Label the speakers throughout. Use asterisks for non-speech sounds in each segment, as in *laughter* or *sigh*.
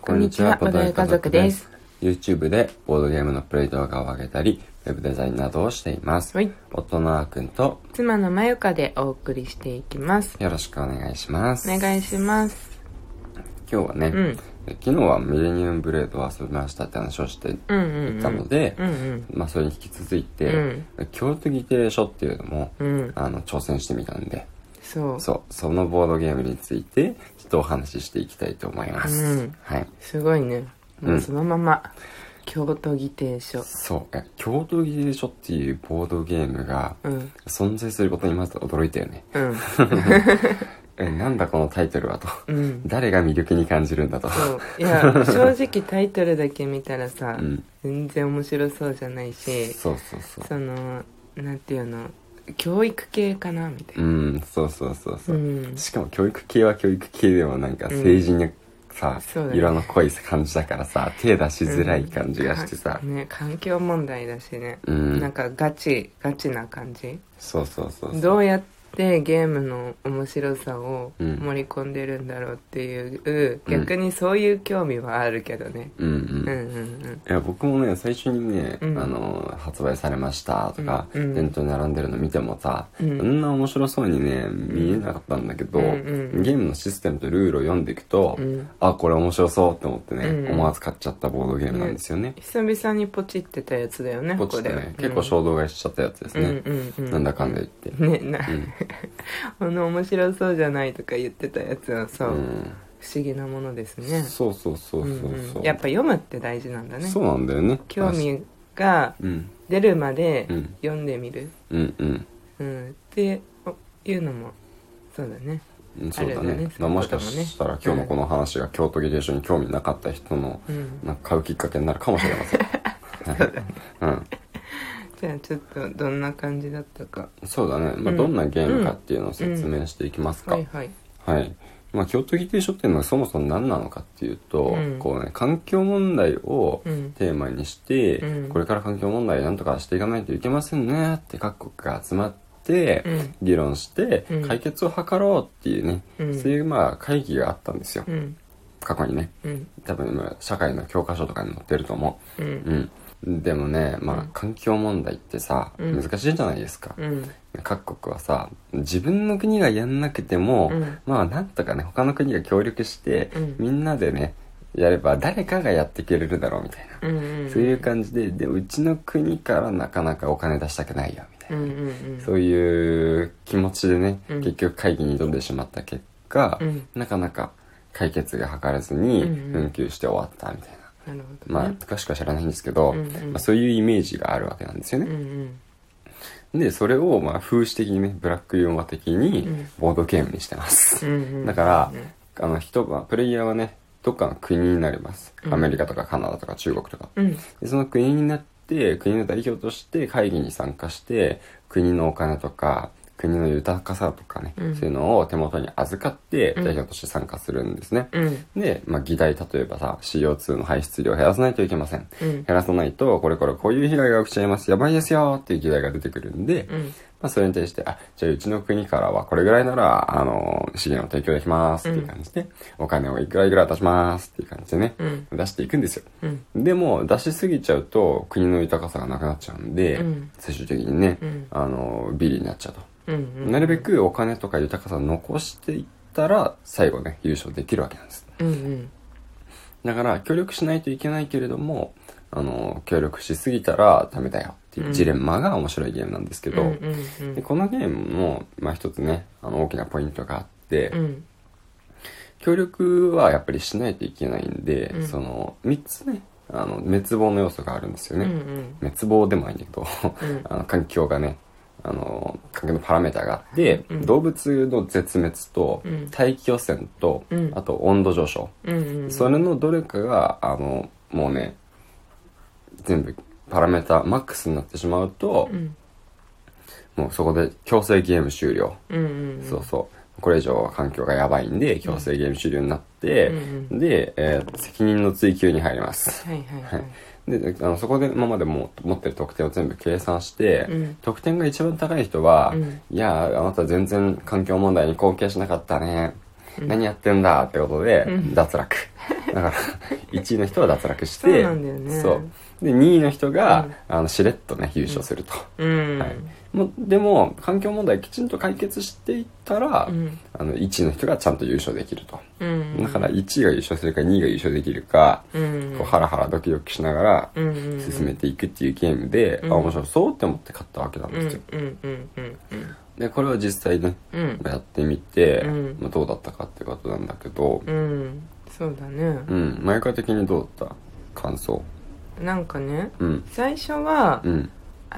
Speaker 1: こんにちはボードゲーム家族です。
Speaker 2: YouTube でボードゲームのプレイ動画を上げたり、ウェブデザインなどをしています。
Speaker 1: はい
Speaker 2: 夫のあーくんと
Speaker 1: 妻のまゆかでお送りしていきます
Speaker 2: よろしくお願いします。
Speaker 1: お願いします
Speaker 2: 今日はね、
Speaker 1: ん
Speaker 2: え昨日はミレニウムブレードを遊びましたって話をしてい
Speaker 1: うんうん
Speaker 2: たので、
Speaker 1: うんうん
Speaker 2: まあそれに引き続いて、
Speaker 1: うん
Speaker 2: 強敵停書っていうのも、
Speaker 1: うん
Speaker 2: あの挑戦してみたんで、
Speaker 1: そう
Speaker 2: そう、そのボードゲームについて、ちょっとお話ししていきたいと思います。
Speaker 1: うん
Speaker 2: はい。
Speaker 1: すごいねもううんそのまま、京都議定書
Speaker 2: そう、え京都議定書っていうボードゲームが
Speaker 1: うん
Speaker 2: 存在することにまず驚いたよ
Speaker 1: *laughs*
Speaker 2: ね。
Speaker 1: うん
Speaker 2: え、なんだこのタイトルはと。
Speaker 1: うん
Speaker 2: 誰が魅力に感じるんだと。
Speaker 1: そうい *laughs* や正直タイトルだけ見たらさ、
Speaker 2: うん
Speaker 1: 全然面白そうじゃないし
Speaker 2: そうそうそう。
Speaker 1: そのなんていうの教育系かなみたいうな、
Speaker 2: ん、そうそうそうそうう。
Speaker 1: ん、
Speaker 2: しかも教育系は教育系でもなんか政治にさ、
Speaker 1: そうだね
Speaker 2: 色の濃い感じだからさ、手出しづらい感じがしてさ。
Speaker 1: ね環境問題だしね、
Speaker 2: うん
Speaker 1: なんかガチガチな感じ
Speaker 2: そうそうそうそう。
Speaker 1: どうやってゲームの面白さを
Speaker 2: うん
Speaker 1: 盛り込んでるんだろうっていう、
Speaker 2: うん
Speaker 1: 逆にそういう興味はあるけどね、
Speaker 2: うんう
Speaker 1: うんん、うんうん
Speaker 2: いや僕もね最初にね、
Speaker 1: うん
Speaker 2: あの発売されましたとか、
Speaker 1: うんうん
Speaker 2: 店頭に並んでるの見てもさ、
Speaker 1: う
Speaker 2: そ
Speaker 1: ん
Speaker 2: ん、な面白そうにね見えなかったんだけど、
Speaker 1: うんうん
Speaker 2: ゲームのシステムとルールを読んでいくと、
Speaker 1: うん
Speaker 2: あこれ面白そうって思ってね、
Speaker 1: うんうん
Speaker 2: 思わず買っちゃったボードゲームなんですよね。
Speaker 1: 久々にポチってたやつだよね
Speaker 2: ポチって
Speaker 1: こ
Speaker 2: ね、
Speaker 1: れ
Speaker 2: 結構衝動買いしちゃったやつですね、
Speaker 1: うんうんうん
Speaker 2: なんだかんだ言って。
Speaker 1: ねな、
Speaker 2: ん
Speaker 1: *laughs* この面白そうじゃないとか言ってたやつはさ、
Speaker 2: うん
Speaker 1: 不思議なものですね
Speaker 2: そうそうそうそうそう、
Speaker 1: んうんやっぱ読むって大事なんだね
Speaker 2: そうなんだよね
Speaker 1: 興味が
Speaker 2: うん
Speaker 1: 出るまで
Speaker 2: うん
Speaker 1: 読んでみる、
Speaker 2: うんうん
Speaker 1: うん、っていうのもそうだね
Speaker 2: うんそうだ
Speaker 1: あれだね
Speaker 2: ねまあもしかしたら
Speaker 1: そうい
Speaker 2: 今日
Speaker 1: うこともね
Speaker 2: のこの話が京都議定書に興味なかった人の
Speaker 1: うん
Speaker 2: なんか買うきっかけになるかもしれ
Speaker 1: *laughs*
Speaker 2: ませんうん
Speaker 1: じゃあちょっとどんな感じだったか
Speaker 2: そうだね、まあ、
Speaker 1: うん
Speaker 2: どんなゲームかっていうのを説明していきますか、
Speaker 1: はいはい
Speaker 2: はい、まあ、京都議定書っていうのはそもそも何なのかっていうと、
Speaker 1: うん
Speaker 2: こうね、環境問題を
Speaker 1: うん
Speaker 2: テーマにして、
Speaker 1: うん
Speaker 2: これから環境問題なんとかしていかないといけませんねって各国が集まって
Speaker 1: うん
Speaker 2: 議論して
Speaker 1: うん
Speaker 2: 解決を図ろうっていうね、
Speaker 1: うん
Speaker 2: そういうまあ会議があったんですよ、
Speaker 1: うん
Speaker 2: 過去にね
Speaker 1: うん
Speaker 2: 多分今社会の教科書とかに載ってると思
Speaker 1: う
Speaker 2: う、
Speaker 1: ん
Speaker 2: うん、でもねま
Speaker 1: う
Speaker 2: あ
Speaker 1: ん
Speaker 2: 環境問題ってさ、
Speaker 1: うん
Speaker 2: 難しいじゃないですか、
Speaker 1: うん
Speaker 2: 各国はさ自分の国がやんなくても、
Speaker 1: うん
Speaker 2: まあなんとかね他の国が協力して、
Speaker 1: うん
Speaker 2: みんなでねやれば誰かがやってくれるだろうみたいな、
Speaker 1: うんうん
Speaker 2: そういう感じででうちの国からなかなかお金出したくないよみたい
Speaker 1: うん
Speaker 2: な、
Speaker 1: うんうん
Speaker 2: そういう気持ちでね、
Speaker 1: うん
Speaker 2: 結局会議に挑んでしまった結果、
Speaker 1: うん
Speaker 2: なかなか解決が図れずに
Speaker 1: うんうん
Speaker 2: 紛糾して終わったみたいな、
Speaker 1: なるほど
Speaker 2: まあ
Speaker 1: ね
Speaker 2: 詳しくは知らないんですけど、
Speaker 1: うんうん
Speaker 2: まあ、そういうイメージがあるわけなんですよね
Speaker 1: う、ん
Speaker 2: でそれをまあ風刺的にねブラックユーモア的に
Speaker 1: うん
Speaker 2: ボードゲームにしてます、
Speaker 1: うんうんうん
Speaker 2: だから
Speaker 1: ね
Speaker 2: あの人はプレイヤーはねどっかの国になります、
Speaker 1: うん
Speaker 2: アメリカとかカナダとか中国とか
Speaker 1: うん
Speaker 2: でその国になって国の代表として会議に参加して国のお金とか国の豊かさとかね、
Speaker 1: うん
Speaker 2: そういうのを手元に預かって
Speaker 1: うん
Speaker 2: 代表として参加するんですね、
Speaker 1: うん
Speaker 2: で、まあ、議題例えばさ CO2 の排出量を減らさないといけません、
Speaker 1: う
Speaker 2: 減
Speaker 1: ん
Speaker 2: らさないとこれこれこういう被害が起きちゃいますやばいですよっていう議題が出てくるんで、
Speaker 1: うん
Speaker 2: まあ、それに対して、あ、じゃあうちの国からはこれぐらいなら、あの、資源を提供できますっていう感じで、お金をいくらいくら出しますっていう感じでね、
Speaker 1: うん
Speaker 2: 出していくんですよ。
Speaker 1: うん
Speaker 2: でも、出しすぎちゃうと、国の豊かさがなくなっちゃうんで、
Speaker 1: うん
Speaker 2: 最終的にね、
Speaker 1: うん
Speaker 2: あの、ビリになっちゃうと。
Speaker 1: うん
Speaker 2: なるべくお金とか豊かさを残していったら、最後ね、優勝できるわけなんです。
Speaker 1: うんうん
Speaker 2: だから、協力しないといけないけれども、あの、協力しすぎたらダメだよっていうジレンマが面白いゲームなんですけ
Speaker 1: うんう
Speaker 2: ど、
Speaker 1: んうん
Speaker 2: でこのゲームも、まあ、一つねあの大きなポイントがあって、
Speaker 1: うん
Speaker 2: 協力はやっぱりしないといけないんで、
Speaker 1: うん
Speaker 2: その3つねあの滅亡の要素があるんですよ
Speaker 1: うんう
Speaker 2: ね、
Speaker 1: ん
Speaker 2: 滅亡でもないんだけど、
Speaker 1: ん
Speaker 2: *laughs* あの環境がねあの環境のパラメータがあって、
Speaker 1: うん
Speaker 2: 動物の絶滅と
Speaker 1: うん
Speaker 2: 大気汚染と、
Speaker 1: うん
Speaker 2: あと温度上昇、
Speaker 1: うんうん
Speaker 2: それのどれかがあのもうね全部パラメータマックスになってしまうと、
Speaker 1: うん
Speaker 2: もうそこで強制ゲーム終了、
Speaker 1: うんうん
Speaker 2: そうそう。これ以上は環境がやばいんで、強制ゲーム終了になって、
Speaker 1: うん
Speaker 2: で、えー責任の追及に入ります。
Speaker 1: はいはいはい
Speaker 2: で、あのそこで今までも持ってる得点を全部計算して、
Speaker 1: うん
Speaker 2: 得点が一番高い人は、
Speaker 1: うん
Speaker 2: いやー、あなた全
Speaker 1: *laughs*
Speaker 2: 然環境問題に貢献しなかったね。何やってんだってことで、脱落。だから1位の人は脱落して
Speaker 1: そうなんだよね
Speaker 2: そうで2位の人が、あのしれっとね優勝すると、
Speaker 1: うん、
Speaker 2: はい、もうでも環境問題きちんと解決していったら、
Speaker 1: うん
Speaker 2: あの1位の人がちゃんと優勝できると、
Speaker 1: うん
Speaker 2: だから1位が優勝するか2位が優勝できるか、
Speaker 1: うん
Speaker 2: こうハラハラドキドキしながら
Speaker 1: うんうん
Speaker 2: 進めていくっていうゲームで、あ面白そうって思って買ったわけなん
Speaker 1: う
Speaker 2: ですよ、
Speaker 1: んうんうんうん
Speaker 2: でこれを実際ね、
Speaker 1: うん
Speaker 2: やってみて、
Speaker 1: うん
Speaker 2: まあ、どうだったかってことなんだけど
Speaker 1: うんうんそうだね、
Speaker 2: うん前川的にどうだった感想
Speaker 1: なんかね
Speaker 2: うん
Speaker 1: 最初は
Speaker 2: うん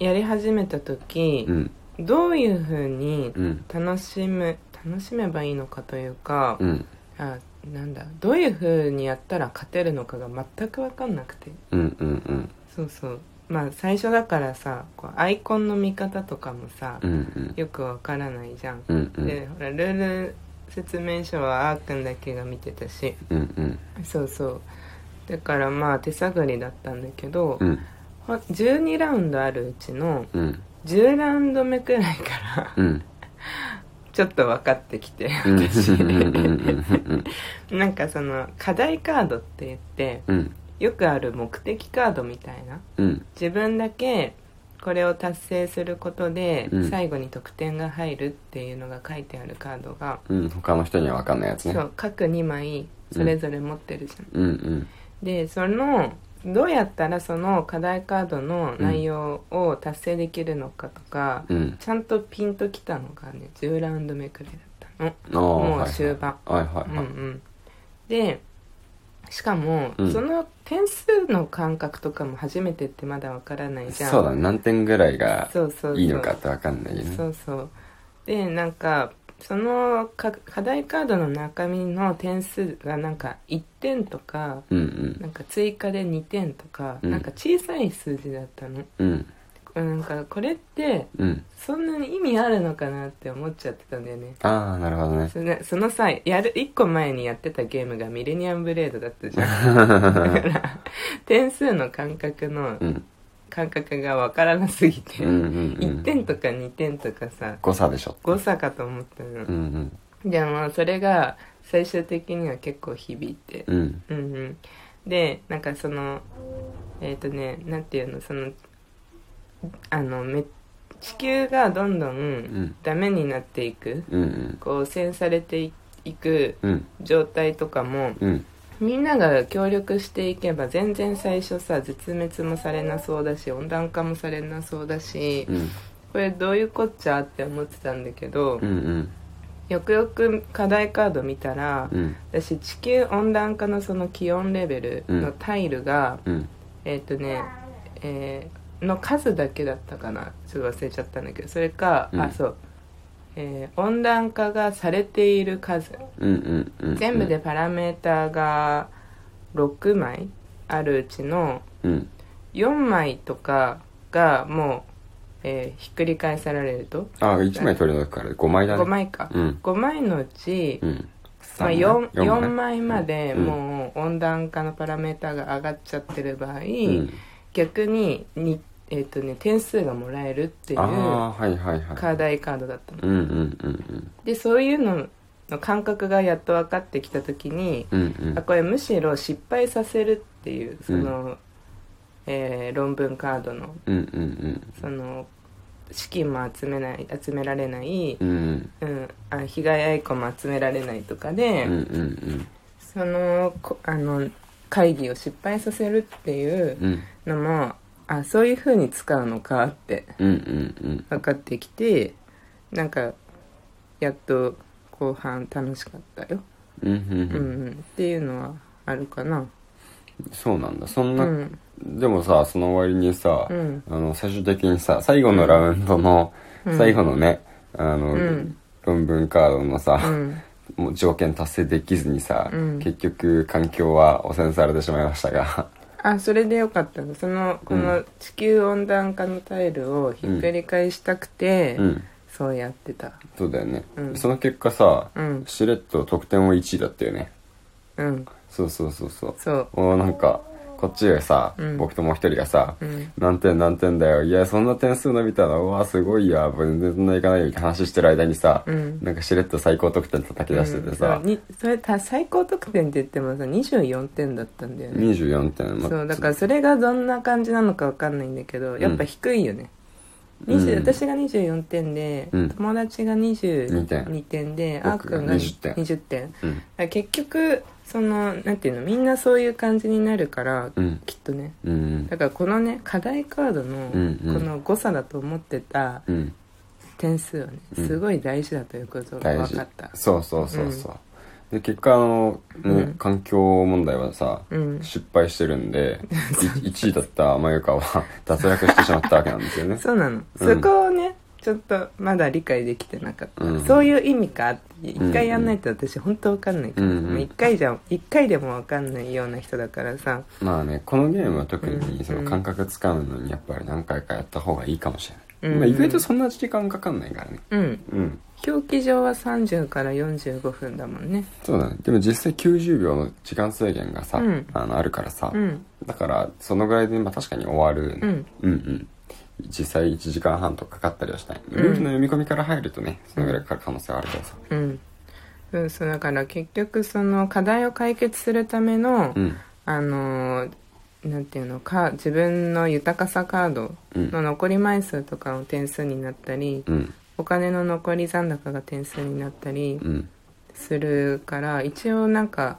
Speaker 1: やり始めた時
Speaker 2: う、ん
Speaker 1: どういうふうに
Speaker 2: うん
Speaker 1: 楽しむ楽しめばいいのかというか、
Speaker 2: うん
Speaker 1: あなんだどういうふうにやったら勝てるのかが全く分かんなくて
Speaker 2: うんうんうん
Speaker 1: そうそうまあ最初だからさこうアイコンの見方とかもさ、
Speaker 2: うんうん
Speaker 1: よく分からないじゃん、
Speaker 2: うんうん
Speaker 1: でほらルール説明書はあーくんだけが見てたし
Speaker 2: うんうん
Speaker 1: そうそうだからまあ手探りだったんだけど、
Speaker 2: うん
Speaker 1: ほ12ラウンドあるうちの
Speaker 2: うん
Speaker 1: 10ラウンド目くらいから *laughs*
Speaker 2: うん
Speaker 1: ちょっと分かってきて
Speaker 2: うん
Speaker 1: 私
Speaker 2: うん
Speaker 1: なんかその課題カードって言って
Speaker 2: うん
Speaker 1: よくある目的カードみたいな
Speaker 2: うん
Speaker 1: 自分だけこれを達成することで
Speaker 2: うん
Speaker 1: 最後に得点が入るっていうのが書いてあるカードが、
Speaker 2: うん他の人には分かんないやつね
Speaker 1: そう各2枚それぞれ持ってるじゃ
Speaker 2: う
Speaker 1: ん、
Speaker 2: んうん
Speaker 1: でそのどうやったらその課題カードの内容を達成できるのかとか、
Speaker 2: うん
Speaker 1: ちゃんとピンときたのがね10ラウンド目くらいだった
Speaker 2: あ
Speaker 1: の
Speaker 2: あも
Speaker 1: もう終盤
Speaker 2: はいはい
Speaker 1: うん
Speaker 2: は
Speaker 1: う
Speaker 2: い
Speaker 1: んでしかも、
Speaker 2: うん
Speaker 1: その点数の感覚とかも初めてってまだわからないじゃん
Speaker 2: そうだね何点ぐらいが
Speaker 1: そうそうそう
Speaker 2: いいのかって分かんないよ
Speaker 1: そ
Speaker 2: ね
Speaker 1: うそうでなんかそのか課題カードの中身の点数がなんか1点とか
Speaker 2: うん
Speaker 1: なんか追加で2点とか、
Speaker 2: うん
Speaker 1: なんか小さい数字だったの
Speaker 2: うんうん
Speaker 1: なんかこれって
Speaker 2: うん
Speaker 1: そんなに意味あるのかなって思っちゃってたんだよね
Speaker 2: ああなるほ
Speaker 1: *laughs*
Speaker 2: どね
Speaker 1: そのそのさやる1個前にやってたゲームがミレニアムブレードだったじゃんだから点数の感覚の
Speaker 2: うん
Speaker 1: 感覚がわからなすぎて、
Speaker 2: うんうんうん
Speaker 1: 1点とか2点とかさ
Speaker 2: 誤差でしょ
Speaker 1: 誤差かと思ったの、
Speaker 2: うん
Speaker 1: でもそれが最終的には結構響いて
Speaker 2: うんうん
Speaker 1: うんうんでなんかそのえっ、とねなんていうのそのあのめ地球がどんどん
Speaker 2: うん
Speaker 1: ダメになっていく
Speaker 2: うんうん
Speaker 1: こう汚されていいく
Speaker 2: うん
Speaker 1: 状態とかも
Speaker 2: うん
Speaker 1: みんなが協力していけば全然最初さ絶滅もされなそうだし温暖化もされなそうだし
Speaker 2: うん
Speaker 1: これどういうこっちゃって思ってたんだけど
Speaker 2: うんうん
Speaker 1: よくよく課題カード見たら
Speaker 2: うん
Speaker 1: 私地球温暖化のその気温レベルのタイルが、
Speaker 2: うん
Speaker 1: えっ、とね、えーの数だけだったかなちょっと忘れちゃったんだけどそれか、
Speaker 2: うん
Speaker 1: あそう、えー温暖化がされている数
Speaker 2: うんうんうん
Speaker 1: 全部でパラメーターが6枚あるうちの
Speaker 2: うん
Speaker 1: 4枚とかがもう、えーひっくり返されると
Speaker 2: ああ1枚取り除くから5枚だね
Speaker 1: 5枚か、
Speaker 2: うん
Speaker 1: 5枚のうち、
Speaker 2: うん
Speaker 1: まあ、
Speaker 2: 三枚
Speaker 1: 4,
Speaker 2: 四
Speaker 1: 4枚まで
Speaker 2: うん
Speaker 1: もう温暖化のパラメーターが上がっちゃってる場合、
Speaker 2: うん
Speaker 1: 逆にに、えっとね、点数がもらえるっていう
Speaker 2: ああはいはいはい
Speaker 1: 課題カードだったの
Speaker 2: うんうんうん
Speaker 1: でそういうのの感覚がやっと分かってきた時に、
Speaker 2: うんうんうん
Speaker 1: あこれむしろ失敗させるっていうその、えー論文カードの
Speaker 2: うんうん
Speaker 1: その資金も集めない集められない、
Speaker 2: うんうん
Speaker 1: うん、あ被害アイコンも集められないとかで、
Speaker 2: うんうん
Speaker 1: そのこあの会議を失敗させるっていう
Speaker 2: うん
Speaker 1: のもあそういう風に使うのかって
Speaker 2: うんうんうん
Speaker 1: 分かってきてなんかやっと後半楽しかったよ、
Speaker 2: うんうん
Speaker 1: うん
Speaker 2: う
Speaker 1: うんん、っていうのはあるかな
Speaker 2: そうなんだそん
Speaker 1: う
Speaker 2: なんでもさその終わりにさ、
Speaker 1: うん
Speaker 2: あの最終的にさ最後のラウンドの、
Speaker 1: うん
Speaker 2: 最後のねあの、
Speaker 1: うん
Speaker 2: 論文カードの
Speaker 1: う
Speaker 2: さ、
Speaker 1: ん
Speaker 2: もう条件達成できずにさ、
Speaker 1: うん
Speaker 2: 結局環境は汚染されてしまいましたが
Speaker 1: あそれでよかったのそのこの地球温暖化のタイルをひっくり返したくて、
Speaker 2: うん
Speaker 1: そうやってた
Speaker 2: そうだよね、
Speaker 1: うん
Speaker 2: その結果さ、
Speaker 1: うん
Speaker 2: しれっと得点も1位だったよね
Speaker 1: うん
Speaker 2: そうそうそうそう
Speaker 1: そう
Speaker 2: おーなんかこっちがさ、
Speaker 1: うん
Speaker 2: 僕ともう一人がさ、
Speaker 1: うん
Speaker 2: 何点何点だよ。いや、そんな点数伸びたの、うわ、すごいや、全然そんないかないよって話してる間にさ、
Speaker 1: うん
Speaker 2: なんかしれっと最高得点叩き出しててさ
Speaker 1: うん、にそれた最高得点って言ってもさ24点だったんだよね
Speaker 2: 24点、ま
Speaker 1: そうだからそれがどんな感じなのかわかんないんだけどやっぱ低いよね、
Speaker 2: うん
Speaker 1: 20私が24点で、
Speaker 2: うん
Speaker 1: 友達が
Speaker 2: 二点
Speaker 1: 22点であー
Speaker 2: 僕が
Speaker 1: くんが
Speaker 2: 20点
Speaker 1: 20点だか
Speaker 2: うん。
Speaker 1: ら結局そのなんていうのみんなそういう感じになるから、
Speaker 2: うん。
Speaker 1: きっとね
Speaker 2: うん。
Speaker 1: だからこのね課題カードのこ
Speaker 2: うんうん
Speaker 1: の誤差だと思ってた
Speaker 2: うん。
Speaker 1: 点数はね
Speaker 2: うん
Speaker 1: すごい大事だということが
Speaker 2: 大
Speaker 1: 分
Speaker 2: 事
Speaker 1: かった。
Speaker 2: そうそうそうそう。で、結果、あの、ね、
Speaker 1: うん
Speaker 2: 環境問題はさ、
Speaker 1: うん
Speaker 2: 失敗してるん
Speaker 1: *laughs*
Speaker 2: で、1位だったまゆかは *laughs* 脱落してしまったわけなんですよね。
Speaker 1: そうなの、
Speaker 2: うん
Speaker 1: そこをねちょっとまだ理解できてなかった、
Speaker 2: うん
Speaker 1: そういう意味かって
Speaker 2: んうん
Speaker 1: 一回やんないと私本当わかんないから、
Speaker 2: うんうん
Speaker 1: その一回じゃ一回でもわかんないような人だからさ
Speaker 2: まあね、このゲームは特
Speaker 1: う
Speaker 2: に
Speaker 1: ん
Speaker 2: その感覚つかむのにやっぱり何回かやった方がいいかもしれない。
Speaker 1: うん
Speaker 2: まあ、意外とそんな時間かかんないからね。
Speaker 1: うん
Speaker 2: うん。
Speaker 1: 表記上は30から45分だもんね
Speaker 2: そうだね。でも実際90秒の時間制限がさ、
Speaker 1: うん
Speaker 2: あのあるからさ、
Speaker 1: うん
Speaker 2: だからそのぐらいでまあ確かに終わる、
Speaker 1: うん
Speaker 2: うんうん実際1時間半とかかかったりはしない、
Speaker 1: ん
Speaker 2: ルールの読み込みから入るとねそのぐらいかかる可能性はあるけどさ
Speaker 1: うん、うん、そうだから結局その課題を解決するための、
Speaker 2: うん
Speaker 1: あのーなんていうのか自分の豊かさカード
Speaker 2: うん
Speaker 1: の残り枚数とかを点数になったり、
Speaker 2: うん
Speaker 1: お金の残り残高が点数になったり
Speaker 2: うん
Speaker 1: するから一応なんか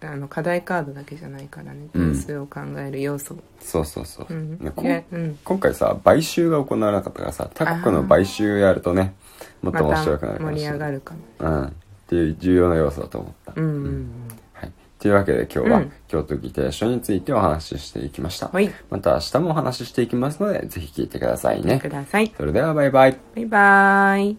Speaker 1: あの課題カードだけじゃないからね
Speaker 2: うん
Speaker 1: 点数を考える要素、
Speaker 2: そうそうそう、
Speaker 1: うん
Speaker 2: ねこん
Speaker 1: いやうん
Speaker 2: 今回さ買収が行われなかったからさ他国の買収やるとねもっ
Speaker 1: ま
Speaker 2: と面
Speaker 1: た
Speaker 2: 白くなるか
Speaker 1: 盛
Speaker 2: もし
Speaker 1: り
Speaker 2: れ
Speaker 1: 上
Speaker 2: な
Speaker 1: が
Speaker 2: い、
Speaker 1: るかも
Speaker 2: うんっていう重要な要素だと思った、
Speaker 1: うんうんう
Speaker 2: うん
Speaker 1: ん
Speaker 2: はい、というわけで今日は、
Speaker 1: うん
Speaker 2: 京都議定書についてお話ししていきました、
Speaker 1: はい
Speaker 2: また明日もお話ししていきますのでぜひ聞いてくださいね
Speaker 1: ください
Speaker 2: それではバイバイ
Speaker 1: バイバーイ